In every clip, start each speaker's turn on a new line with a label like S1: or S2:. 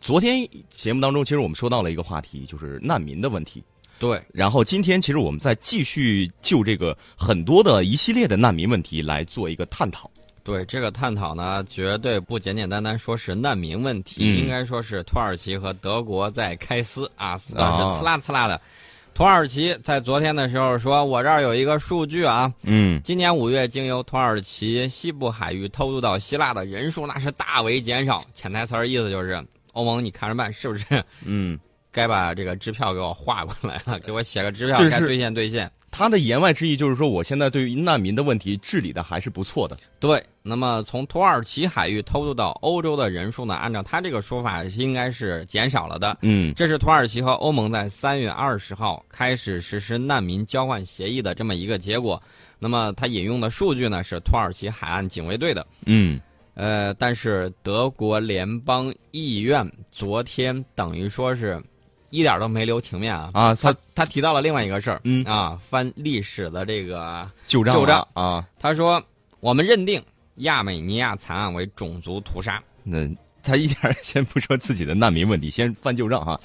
S1: 昨天节目当中，其实我们说到了一个话题，就是难民的问题。
S2: 对，
S1: 然后今天其实我们再继续就这个很多的一系列的难民问题来做一个探讨。
S2: 对这个探讨呢，绝对不简简单单说是难民问题，
S1: 嗯
S2: 应该说是土耳其和德国在开撕啊，撕的
S1: 啊
S2: 是呲啦呲啦的。土耳其在昨天的时候说，我这儿有一个数据啊，
S1: 嗯，
S2: 今年五月经由土耳其西部海域偷渡到希腊的人数那是大为减少。潜台词儿意思就是，欧盟你看着办，是不是？
S1: 嗯，
S2: 该把这个支票给我划过来了，给我写个支票
S1: 这，是
S2: 该兑现兑现。
S1: 他的言外之意就是说，我现在对于难民的问题治理的还是不错的。
S2: 对，那么从土耳其海域偷渡到欧洲的人数呢，按照他这个说法，应该是减少了的。
S1: 嗯
S2: 这是土耳其和欧盟在三月二十号开始实施难民交换协议的这么一个结果。那么他引用的数据呢是土耳其海岸警卫队的，
S1: 嗯，
S2: 呃，但是德国联邦议院昨天等于说是一点儿都没留情面啊。
S1: 啊，他
S2: 他提到了另外一个事儿，
S1: 嗯
S2: 啊，翻历史的这个
S1: 旧账了
S2: 旧账
S1: 啊，
S2: 他说：“我们认定亚美尼亚惨案为种族屠杀。
S1: 那他一点儿先不说自己的难民问题，先翻旧账哈。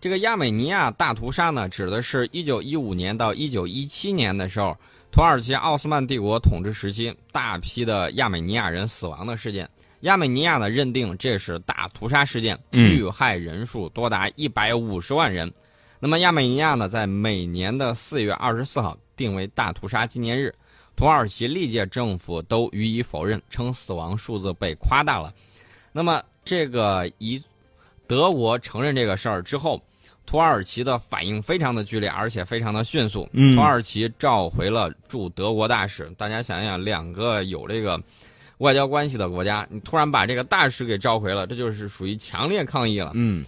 S2: 这个亚美尼亚大屠杀呢，指的是1915年到1917年的时候，土耳其奥斯曼帝国统治时期大批的亚美尼亚人死亡的事件。亚美尼亚呢认定这是大屠杀事件，
S1: 嗯
S2: 遇害人数多达150万人。那么亚美尼亚呢，在每年的4月24号定为大屠杀纪念日。土耳其历届政府都予以否认，称死亡数字被夸大了。那么，这个一德国承认这个事儿之后，土耳其的反应非常的剧烈，而且非常的迅速。
S1: 嗯
S2: 土耳其召回了驻德国大使。大家想一想，两个有这个外交关系的国家，你突然把这个大使给召回了，这就是属于强烈抗议了。
S1: 嗯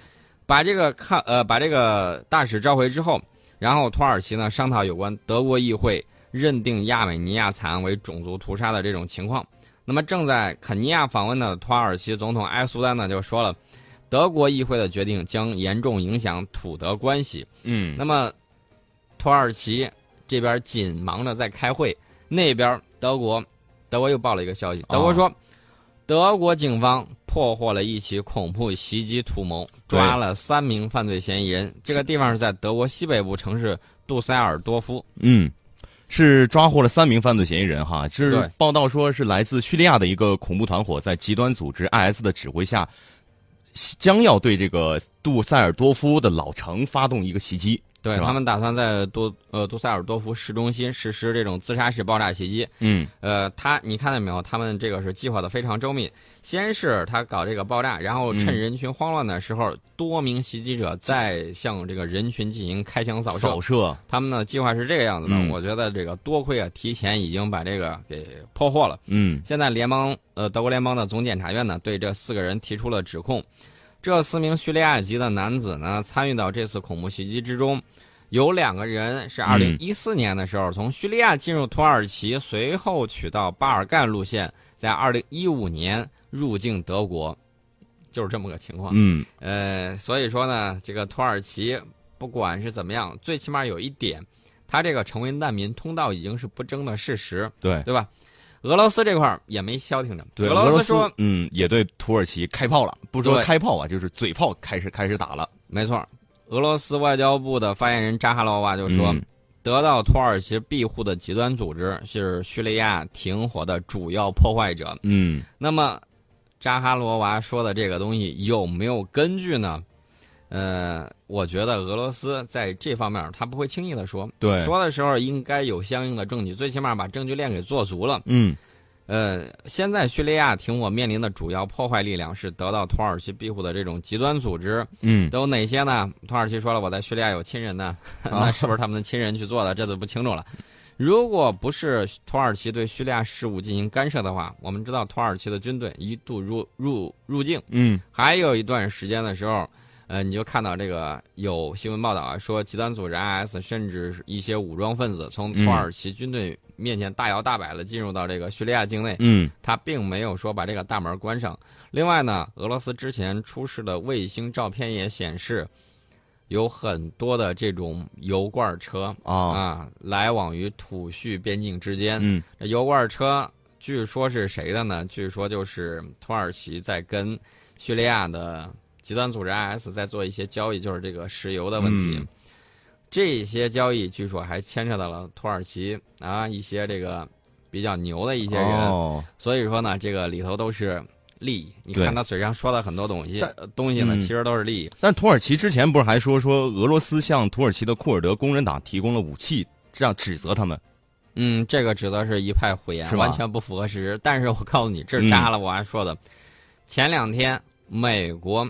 S2: 把这个看呃把这个大使召回之后，然后土耳其呢商讨有关德国议会认定亚美尼亚惨案为种族屠杀的这种情况。那么正在肯尼亚访问的土耳其总统埃苏丹呢就说了，德国议会的决定将严重影响土德关系。
S1: 嗯
S2: 那么，土耳其这边紧忙着在开会，那边德国，德国又报了一个消息，德国说，德国警方破获了一起恐怖袭击图谋，抓了三名犯罪嫌疑人。这个地方是在德国西北部城市杜塞尔多夫。
S1: 嗯。是抓获了三名犯罪嫌疑人哈，是
S2: 对
S1: 报道说是来自叙利亚的一个恐怖团伙，在极端组织 IS 的指挥下，将要对这个杜塞尔多夫的老城发动一个袭击。
S2: 对
S1: 是吧
S2: 他们打算在杜呃杜塞尔多夫市中心实施这种自杀式爆炸袭击，
S1: 嗯
S2: 呃，他你看到没有？他们这个是计划的非常周密。先是他搞这个爆炸，然后趁
S1: 嗯
S2: 人群慌乱的时候，多名袭击者再向这个人群进行开枪扫射。
S1: 扫射，
S2: 他们呢计划是这个样子的。
S1: 嗯
S2: 我觉得这个多亏啊，提前已经把这个给破获了。
S1: 嗯
S2: 现在联邦呃德国联邦的总检察院呢对这四个人提出了指控，这四名叙利亚籍的男子呢参与到这次恐怖袭击之中，有两个人是二零
S1: 嗯
S2: 一四年的时候、从叙利亚进入土耳其，随后取到巴尔干路线，在二零一五年入境德国，就是这么个情况。
S1: 嗯，
S2: 呃，所以说呢，这个土耳其不管是怎么样，最起码有一点，它这个成为难民通道已经是不争的事实。
S1: 对
S2: 对吧？俄罗斯这块儿也没消停着，
S1: 对，
S2: 俄
S1: 罗
S2: 斯说，
S1: 嗯，也对土耳其开炮了，不说
S2: 对
S1: 开炮啊，就是嘴炮开始开始打了。
S2: 没错儿，俄罗斯外交部的发言人扎哈罗娃就说，
S1: 嗯
S2: 得到土耳其庇护的极端组织是叙利亚停火的主要破坏者。
S1: 嗯，
S2: 那么，扎哈罗娃说的这个东西有没有根据呢？呃，我觉得俄罗斯在这方面儿他不会轻易的说，
S1: 对，
S2: 说的时候应该有相应的证据，最起码把证据链给做足了。
S1: 嗯
S2: 呃，现在叙利亚停火面临的主要破坏力量是得到土耳其庇护的这种极端组织，
S1: 嗯，
S2: 都有哪些呢？土耳其说了，我在叙利亚有亲人呢，那是不是他们的亲人去做的？这就不清楚了。如果不是土耳其对叙利亚事务进行干涉的话，我们知道土耳其的军队一度入入入境，
S1: 嗯
S2: 还有一段时间的时候，呃，你就看到这个有新闻报道啊，说极端组织 IS 甚至是一些武装分子从土耳其军队面前大摇大摆的进入到这个叙利亚境内，
S1: 嗯
S2: 他并没有说把这个大门关上。另外呢，俄罗斯之前出示的卫星照片也显示，有很多的这种油罐车
S1: 啊，
S2: 啊来往于土叙边境之间。
S1: 嗯
S2: 这油罐车据说是谁的呢？据说就是土耳其在跟叙利亚的极端组织 IS 在做一些交易，就是这个石油的问题。
S1: 嗯
S2: 这些交易据说还牵扯到了土耳其啊一些这个比较牛的一些人，
S1: 哦，
S2: 所以说呢，这个里头都是利益。你
S1: 对
S2: 看他嘴上说的很多东西
S1: 但，
S2: 呃东西呢
S1: 嗯
S2: 其实都是利益。
S1: 但土耳其之前不是还说说俄罗斯向土耳其的库尔德工人党提供了武器，这样指责他们？
S2: 嗯，这个指责是一派胡言，
S1: 是吧嗯
S2: 完全不符合事实。但是我告诉你，这儿扎了我还说的。前两天，美国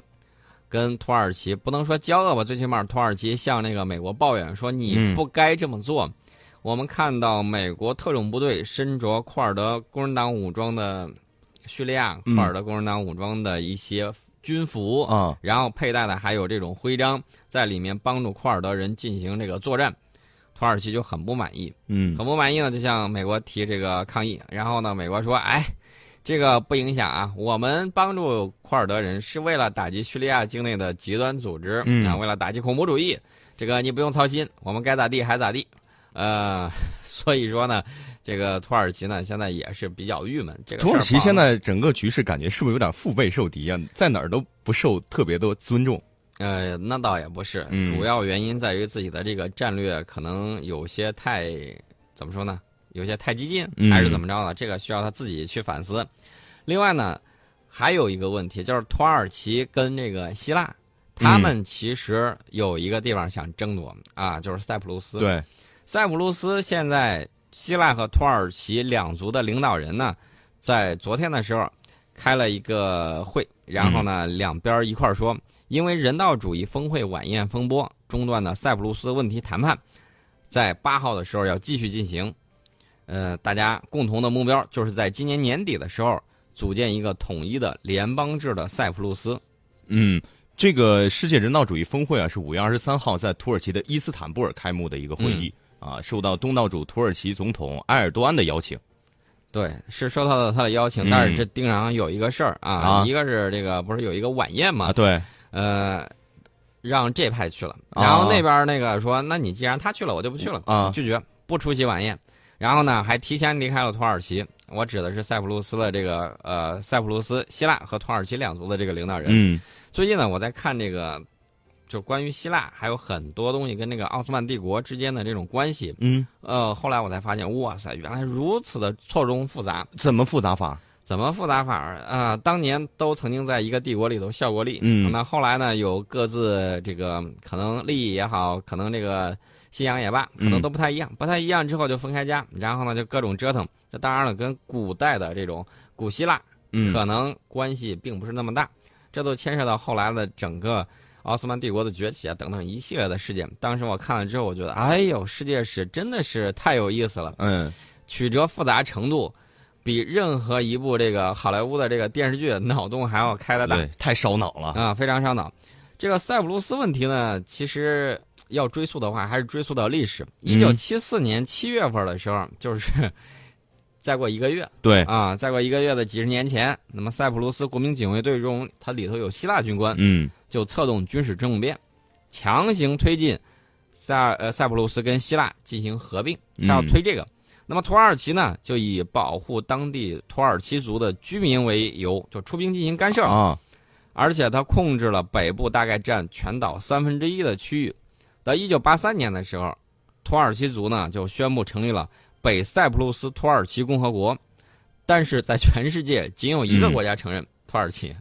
S2: 跟土耳其不能说交恶吧，最起码土耳其向那个美国抱怨说你
S1: 嗯
S2: 不该这么做。我们看到美国特种部队身着库尔德工人党武装的叙利亚库
S1: 嗯
S2: 尔德工人党武装的一些军服
S1: 啊，
S2: 然后佩戴的还有这种徽章，在里面帮助库尔德人进行这个作战。土耳其就很不满意，
S1: 嗯
S2: 很不满意呢，就向美国提这个抗议。然后呢，美国说：“哎，这个不影响啊，我们帮助库尔德人是为了打击叙利亚境内的极端组织，
S1: 嗯
S2: 啊，为了打击恐怖主义，这个你不用操心，我们该咋地还咋地。”呃， 所以说呢，这个土耳其呢现在也是比较郁闷。这个事儿
S1: 土耳其
S2: 放
S1: 现
S2: 了
S1: 在整个局势感觉是不是有点腹背受敌啊？在哪儿都不受特别的尊重。
S2: 呃，那倒也不是，
S1: 嗯
S2: 主要原因在于自己的这个战略可能有些太怎么说呢？有些太激进，
S1: 嗯
S2: 还是怎么着呢？这个需要他自己去反思。另外呢，还有一个问题就是土耳其跟这个希腊，
S1: 嗯
S2: 他们其实有一个地方想争夺、啊，就是塞浦路斯。
S1: 对，
S2: 塞浦路斯现在希腊和土耳其两族的领导人呢，在昨天的时候开了一个会，然后呢，
S1: 嗯
S2: 两边一块儿说，因为人道主义峰会晚宴风波中断的塞浦路斯问题谈判，在八号的时候要继续进行。呃，大家共同的目标就是在今年年底的时候组建一个统一的联邦制的塞浦路斯。
S1: 嗯，这个世界人道主义峰会啊，是五月二十三号在土耳其的伊斯坦布尔开幕的一个会议、啊，受到东道主土耳其总统埃尔多安的邀请。
S2: 对，是收到了他的邀请，
S1: 嗯
S2: 但是这丁上有一个事儿啊，
S1: 啊
S2: 一个是这个不是有一个晚宴嘛，
S1: 啊，对，
S2: 呃，让这派去了，
S1: 啊
S2: 然后那边那个说，那你既然他去了，我就不去了，
S1: 啊
S2: 拒绝不出席晚宴，然后呢还提前离开了土耳其，我指的是塞浦路斯的这个呃塞浦路斯、希腊和土耳其两族的这个领导人。
S1: 嗯
S2: 最近呢，我在看这个，就关于希腊还有很多东西跟那个奥斯曼帝国之间的这种关系，
S1: 嗯，
S2: 呃，后来我才发现，哇塞，原来如此的错综复杂。
S1: 怎么复杂法？
S2: 怎么复杂法儿啊、当年都曾经在一个帝国里头效过力，
S1: 嗯
S2: 那后来呢，有各自这个可能利益也好，可能这个信仰也罢，可
S1: 嗯
S2: 能都不太一样，不太一样之后就分开家，然后呢就各种折腾。这当然了，跟古代的这种古希腊
S1: 嗯
S2: 可能关系并不是那么大，这都牵涉到后来的整个奥斯曼帝国的崛起啊等等一系列的事件。当时我看了之后，我觉得，哎呦，世界史真的是太有意思了。
S1: 嗯，
S2: 曲折复杂程度比任何一部这个好莱坞的这个电视剧脑洞还要开得大
S1: 对，太烧脑了。
S2: 啊，非常烧脑。这个塞浦路斯问题呢，其实要追溯的话，还是追溯到历史。一
S1: 嗯
S2: 九七四年七月份的时候，就是 再过一个月
S1: 对，
S2: 啊，再过一个月的几十年前，那么塞浦路斯国民警卫队中，它里头有希腊军官，
S1: 嗯
S2: 就策动军事政变，强行推进塞尔呃塞浦路斯跟希腊进行合并，他要
S1: 嗯
S2: 推这个。那么土耳其呢，就以保护当地土耳其族的居民为由，就出兵进行干涉，
S1: 啊，
S2: 而且他控制了北部大概占全岛三分之一的区域。到一九八三年的时候，土耳其族呢就宣布成立了北塞浦路斯土耳其共和国，但是在全世界仅有一个
S1: 嗯
S2: 国家承认土耳其。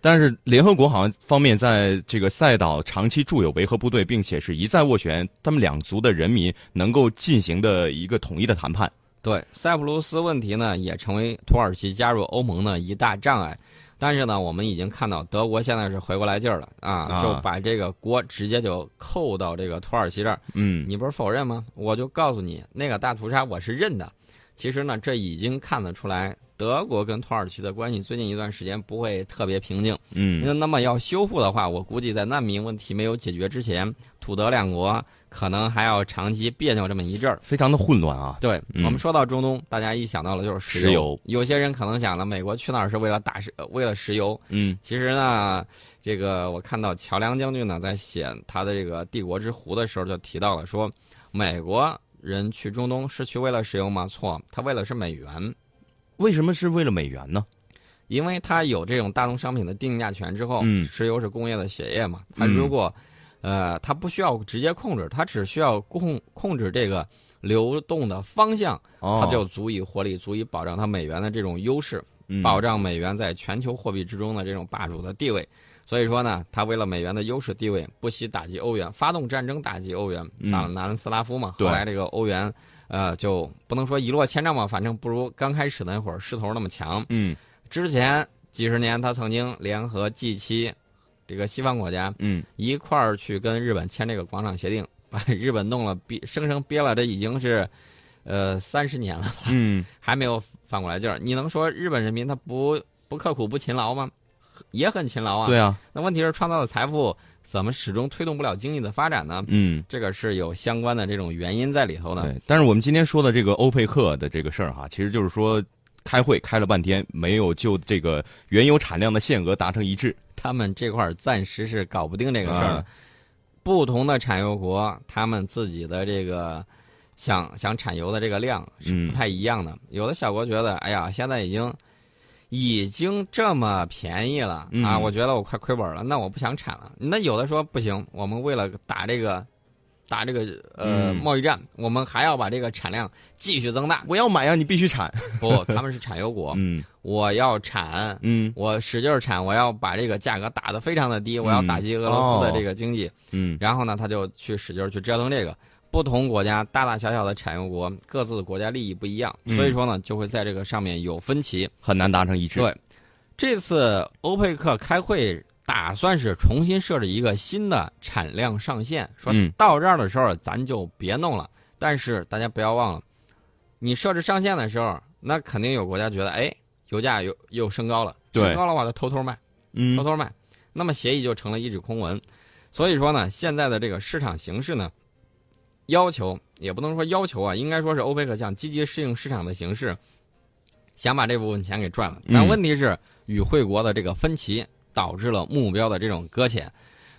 S1: 但是联合国好像方面在这个赛岛长期驻有维和部队，并且是一再斡旋他们两族的人民能够进行的一个统一的谈判。
S2: 对，塞浦路斯问题呢，也成为土耳其加入欧盟的一大障碍。但是呢，我们已经看到德国现在是回过来劲儿了啊，
S1: 啊
S2: 就把这个锅直接就扣到这个土耳其这儿。
S1: 嗯，
S2: 你不是否认吗？我就告诉你，那个大屠杀我是认的。其实呢，这已经看得出来，德国跟土耳其的关系最近一段时间不会特别平静。
S1: 嗯
S2: 那那么要修复的话，我估计在难民问题没有解决之前，土德两国可能还要长期别扭这么一阵儿。
S1: 非常的混乱啊。
S2: 对、
S1: 嗯
S2: 我们说到中东，大家一想到了就是石油。
S1: 石油
S2: 有些人可能想了，美国去那儿是为了打石，呃为了石油。
S1: 嗯
S2: 其实呢，这个我看到乔梁将军呢在写他的这个《帝国之湖》的时候就提到了说，美国人去中东是去为了石油吗？错，他为了是美元。
S1: 为什么是为了美元呢？
S2: 因为它有这种大宗商品的定价权之后，
S1: 嗯
S2: 石油是工业的血液嘛，它
S1: 嗯
S2: 如果，呃，它不需要直接控制，它只需要控控制这个流动的方向，
S1: 哦，
S2: 它就足以获利，足以保障它美元的这种优势，
S1: 嗯
S2: 保障美元在全球货币之中的这种霸主的地位。所以说呢，它为了美元的优势地位，不惜打击欧元，发动战争打击欧元，
S1: 嗯
S2: 打了南斯拉夫嘛。
S1: 对
S2: 后来这个欧元，呃，就不能说一落千丈吧，反正不如刚开始那会儿势头那么强。
S1: 嗯
S2: 之前几十年，他曾经联合 G 七这个西方国家
S1: 嗯
S2: 一块儿去跟日本签这个广场协定，把日本弄了憋生生憋了，这已经是呃三十年了，
S1: 嗯
S2: 还没有反过来劲儿。你能说日本人民他不不刻苦不勤劳吗？也很勤劳啊。
S1: 对。啊，
S2: 那问题是创造的财富怎么始终推动不了经济的发展呢？
S1: 嗯。
S2: 这个是有相关的这种原因在里头的。
S1: 对，但是我们今天说的这个欧佩克的这个事儿哈，其实就是说开会开了半天，没有就这个原油产量的限额达成一致。
S2: 他们这块儿暂时是搞不定这个事儿
S1: 啊
S2: 了。不同的产油国，他们自己的这个想想产油的这个量是
S1: 嗯
S2: 不太一样的。有的小国觉得，哎呀，现在已经已经这么便宜了、
S1: 嗯
S2: 啊，我觉得我快亏本了，那我不想产了。那有的说不行，我们为了打这个。打这个呃、
S1: 嗯
S2: 贸易战，我们还要把这个产量继续增大。
S1: 我要买啊呀，你必须产。
S2: 不，他们是产油国，
S1: 嗯
S2: 我要产，
S1: 嗯
S2: 我使劲儿产，我要把这个价格打得非常的低，我要打击俄罗斯的这个经济。
S1: 嗯
S2: 然后呢，他就去使劲儿去折腾这个。不同国家大大小小的产油国，各自的国家利益不一样，
S1: 嗯
S2: 所以说呢，就会在这个上面有分歧。
S1: 很难达成一致。
S2: 对，这次欧佩克开会打算是重新设置一个新的产量上限，说
S1: 嗯
S2: 到这儿的时候咱就别弄了。但是大家不要忘了，你设置上限的时候，那肯定有国家觉得，哎，油价又又升高了，
S1: 对
S2: 升高的话，他偷偷卖。偷
S1: 嗯
S2: 偷卖，那么协议就成了一纸空文。所以说呢，现在的这个市场形势呢，要求也不能说要求啊，应该说是欧佩克想积极适应市场的形势，想把这部分钱给赚了。
S1: 嗯
S2: 但问题是，与会国的这个分歧导致了目标的这种搁浅。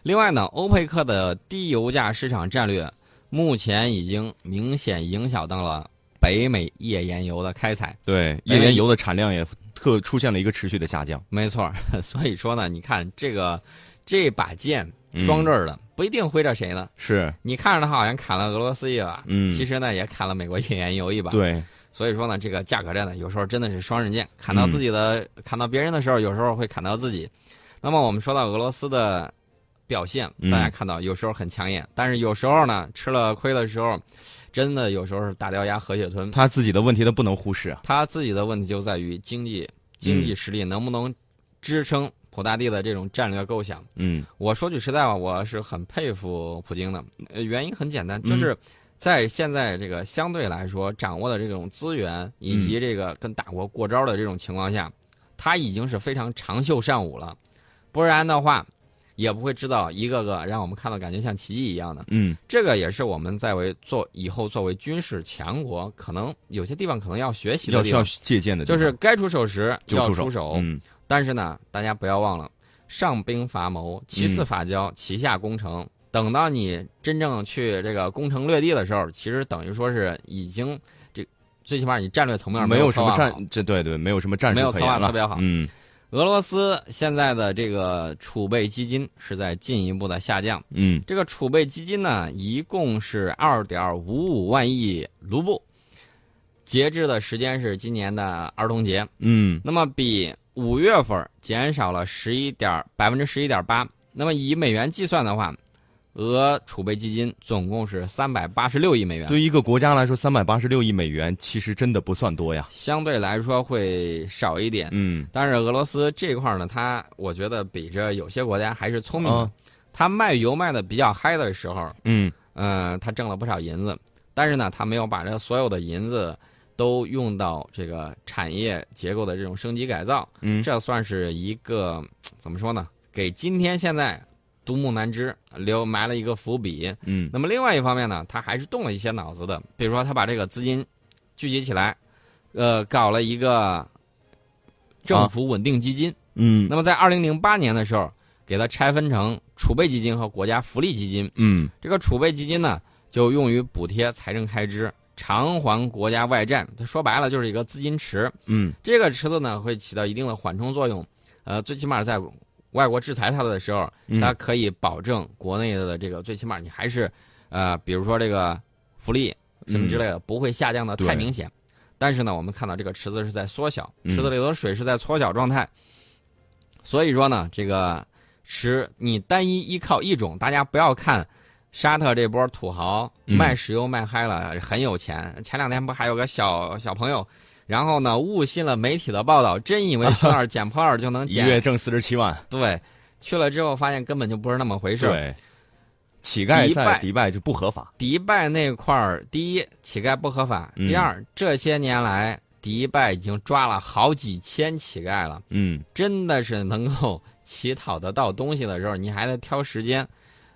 S2: 另外呢，欧佩克的低油价市场战略目前已经明显影响到了北美页岩油的开采。
S1: 对，
S2: 因为
S1: 页岩油的产量也特出现了一个持续的下降。
S2: 没错儿， 所以说呢，你看这个这把剑
S1: 嗯
S2: 双刃儿的、不一定挥着谁呢。
S1: 是，
S2: 你看着它好像砍了俄罗斯一把，
S1: 嗯
S2: 其实呢也砍了美国页岩油一把。，
S1: 对，
S2: 所以说呢，这个价格战呢，有时候真的是双刃剑，砍到自己的、
S1: 嗯
S2: 砍到别人的时候，有时候会砍到自己。那么我们说到俄罗斯的表现，
S1: 嗯
S2: 大家看到有时候很抢眼，但是有时候呢吃了亏的时候，真的有时候是打掉牙喝血吞。
S1: 他自己的问题他不能忽视啊。
S2: 他自己的问题就在于经济经
S1: 嗯
S2: 济实力能不能支撑普大帝的这种战略构想。
S1: 嗯
S2: 我说句实在话，我是很佩服普京的。呃，原因很简单，
S1: 嗯
S2: 就是在现在这个相对来说掌握的这种资源以
S1: 嗯
S2: 及这个跟大国过招的这种情况下，他已经是非常长袖善舞了，不然的话。也不会知道一个个让我们看到感觉像奇迹一样的，
S1: 嗯
S2: 这个也是我们在为做以后作为军事强国，可能有些地方可能要学习
S1: 要
S2: 的
S1: 需
S2: 地
S1: 要
S2: 方，
S1: 借鉴的地
S2: 就
S1: 方，嗯
S2: 是该出手时
S1: 就
S2: 要
S1: 出
S2: 出
S1: 手。嗯
S2: 但是呢，大家不要忘了，上兵伐
S1: 嗯
S2: 谋，其次伐交，其下攻城。等到你真正去这个攻城略地的时候，其实等于说是已经这最起码你战略层面
S1: 没
S2: 有
S1: 有什
S2: 策
S1: 么
S2: 划好
S1: 战，这对对，没有什么战
S2: 没
S1: 术
S2: 有
S1: 可
S2: 策
S1: 言
S2: 划
S1: 了。
S2: 特别好
S1: 嗯
S2: 俄罗斯现在的这个储备基金是在进一步的下降，
S1: 嗯
S2: 这个储备基金呢，一共是二点五五万亿卢布，截至的时间是今年的儿童节。
S1: 嗯
S2: 那么比五月份儿减少了十一点百分之十一点八。那么以美元计算的话，俄储备基金总共是三百八十六亿美元，
S1: 对于一个国家来说，三百八十六亿美元其实真的不算多呀。
S2: 相对来说会少一点。
S1: 嗯，
S2: 但是俄罗斯这块儿呢，它我觉得比着有些国家还是聪明的
S1: 啊。
S2: 它卖油卖的比较嗨的时候，
S1: 嗯
S2: 嗯，他挣了不少银子，但是呢，他没有把这所有的银子都用到这个产业结构的这种升级改造，
S1: 嗯
S2: 这算是一个怎么说呢？给今天现在独木难支留埋了一个伏笔。
S1: 嗯
S2: 那么另外一方面呢，他还是动了一些脑子的，比如说他把这个资金聚集起来，呃，搞了一个政府稳定基金。
S1: 嗯
S2: 那么在二零零八年的时候，给它拆分成储备基金和国家福利基金。
S1: 嗯
S2: 这个储备基金呢，就用于补贴财政开支，偿还国家外债。它说白了就是一个资金池，
S1: 嗯
S2: 这个池子呢会起到一定的缓冲作用，呃，最起码在外国制裁它的时候，
S1: 嗯
S2: 它可以保证国内的这个最起码你还是呃，比如说这个福利
S1: 嗯
S2: 什么之类的、不会下降的
S1: 对
S2: 太明显。但是呢，我们看到这个池子是在缩小，
S1: 嗯
S2: 池子里头的水是在缩小状态，所以说呢，这个池你单一依靠一种，大家不要看。沙特这波土豪
S1: 嗯
S2: 卖石油卖嗨了，很有钱。前两天不还有个小小朋友然后呢，误信了媒体的报道，真以为去那儿捡破烂就能
S1: 一
S2: 捡。
S1: 月挣四十七万，
S2: 对，去了之后发现根本就不是那么回事。
S1: 对，乞丐
S2: 迪
S1: 在
S2: 拜
S1: 迪拜就不合法，
S2: 迪拜那块儿，第一，乞丐不合法；
S1: 嗯
S2: 第二，这些年来，迪拜已经抓了好几千乞丐了。
S1: 嗯
S2: 真的是能够乞讨得到东西的时候，你还得挑时间。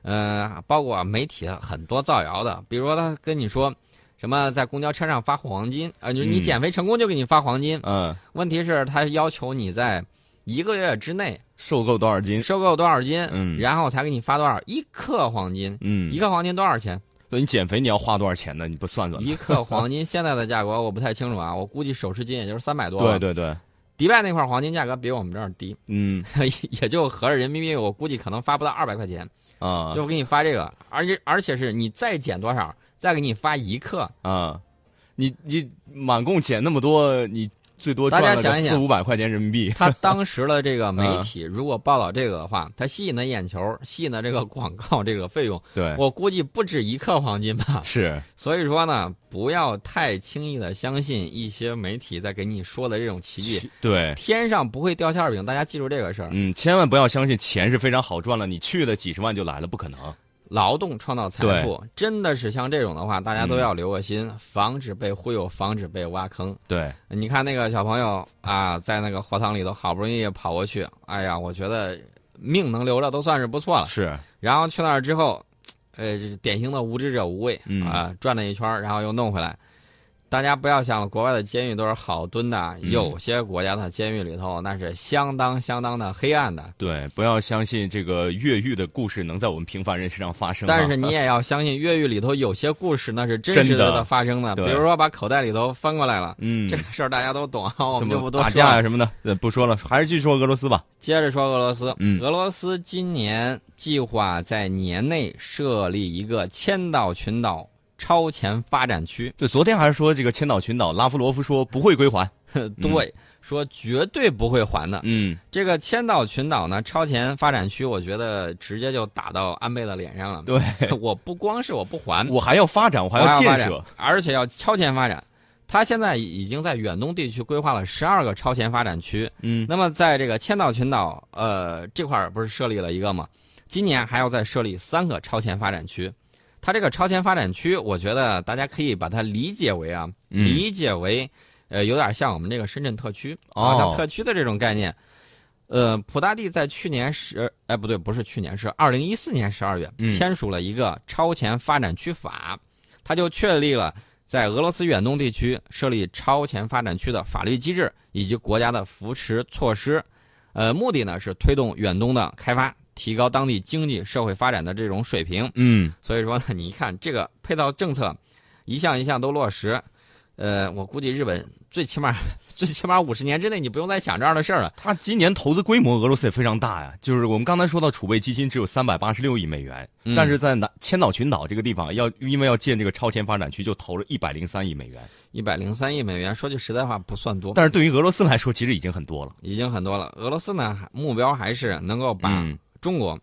S2: 呃，包括媒体很多造谣的，比如说他跟你说什么在公交车上发黄金啊、就是你
S1: 嗯
S2: 减肥成功就给你发黄金，
S1: 嗯，
S2: 问题是，他要求你在一个月之内
S1: 受够多少斤？
S2: 收购多少斤，
S1: 嗯
S2: 然后才给你发多少一克黄金。
S1: 嗯
S2: 一，克黄金多少钱？
S1: 对你减肥你要花多少钱呢？你不算算？
S2: 一克黄金现在的价格我不太清楚啊，我估计首饰金也就是三百多。啊
S1: 对，对对，
S2: 迪拜那块黄金价格比我们这儿低，
S1: 嗯
S2: 也就合着人民币，我估计可能发不到二百块钱，
S1: 啊
S2: 就给你发这个，而且而且是你再减多少，再给你发一克。
S1: 啊，你你满共减那么多，你最多
S2: 大
S1: 赚
S2: 家
S1: 了
S2: 想
S1: 个
S2: 一
S1: 四
S2: 想
S1: 五百块钱人民币，
S2: 他当时的 这个媒
S1: 嗯
S2: 体如果报道这个的话，他吸引的眼球，吸引的这个广告这个费用。
S1: 对，
S2: 我估计不止一克黄金吧。
S1: 是，
S2: 所以说呢，不要太轻易的相信一些媒体在给你说的这种奇迹，
S1: 对。
S2: 天上不会掉馅儿饼，大家记住这个事儿。
S1: 嗯，千万不要相信钱是非常好赚了，你去了几十万就来了，不可能。
S2: 劳动创造财富，真的是像这种的话，大家
S1: 嗯
S2: 都要留个心，防止被忽悠，防止被挖坑。
S1: 对，
S2: 你看那个小朋友啊，在那个火塘里头好不容易跑过去，哎呀，我觉得命能留着都算是不错了。
S1: 是，
S2: 然后去那儿之后，呃，这是典型的无知者无畏啊、
S1: 嗯
S2: 转了一圈儿，然后又弄回来。大家不要想了，国外的监狱都是好蹲的，
S1: 嗯
S2: 有些国家的监狱里头那是相当相当的黑暗的。
S1: 对，不要相信这个越狱的故事能在我们平凡人身上发生啊。
S2: 但是你也要相信，越狱里头有些故事那是真
S1: 真
S2: 实
S1: 的
S2: 的发生的，
S1: 对
S2: 比如说把口袋里头翻过来了，
S1: 嗯，
S2: 这个事儿大家都懂啊，我
S1: 怎
S2: 们就
S1: 么
S2: 不多
S1: 打
S2: 说
S1: 架
S2: 了。
S1: 呀什么的，呃不说了，还是继续说俄罗斯吧。
S2: 接着说俄罗斯，
S1: 嗯
S2: 俄罗斯今年计划在年内设立一个千岛群岛超前发展区，
S1: 对，昨天还是说这个千岛群岛，拉夫罗夫说不会归还。
S2: 对，说绝对不会还的。
S1: 嗯，
S2: 这个千岛群岛呢，超前发展区，我觉得直接就打到安倍的脸上了。
S1: 对，
S2: 我不光是我不还，
S1: 我还要发展，我还
S2: 我还
S1: 要
S2: 发
S1: 建
S2: 展
S1: 设。，
S2: 而且要超前发展。他现在已经在远东地区规划了十二个超前发展区。
S1: 嗯，
S2: 那么在这个千岛群岛，呃，这块儿不是设立了一个吗？今年还要再设立三个超前发展区。它这个超前发展区，我觉得大家可以把它理解为啊，
S1: 嗯
S2: 理解为，呃，有点像我们这个深圳特区
S1: 哦
S2: 啊，它特区的这种概念。呃，普大帝在去年十，哎，不对，不是去年，是二零一四年十二月、
S1: 嗯
S2: 签署了一个超前发展区法，它就确立了在俄罗斯远东地区设立超前发展区的法律机制以及国家的扶持措施。呃，目的呢是推动远东的开发，提高当地经济社会发展的这种水平。
S1: 嗯，
S2: 所以说呢，你一看这个配套政策，一项一项都落实，呃，我估计日本最起码最起码五十年之内，你不用再想这样的事儿了。
S1: 他今年投资规模，俄罗斯也非常大呀。就是我们刚才说到储备基金只有三百八十六亿美元，
S2: 嗯
S1: 但是在南千岛群岛这个地方，要因为要建这个超前发展区，就投了一百零三亿美元。
S2: 一百零三亿美元，说句实在话，不算多，
S1: 但是对于俄罗斯来说，其实已经很多了。
S2: 已经很多了。俄罗斯呢，目标还是能够把
S1: 嗯
S2: 中国、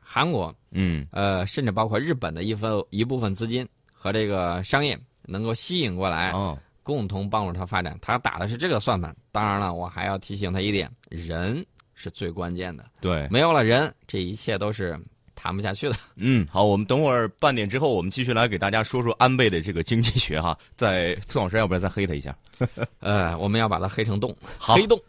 S2: 韩国、
S1: 嗯
S2: 呃，甚至包括日本的一分一部分资金和这个商业能够吸引过来，
S1: 哦，
S2: 共同帮助他发展。他打的是这个算盘。当然了，我还要提醒他一点，人是最关键的，
S1: 对，
S2: 没有了人，这一切都是谈不下去的。
S1: 嗯，好，我们等会儿半点之后，我们继续来给大家说说安倍的这个经济学哈。在宋老师，要不然再黑他一下？
S2: 呃，我们要把它黑成洞，
S1: 好
S2: 黑洞。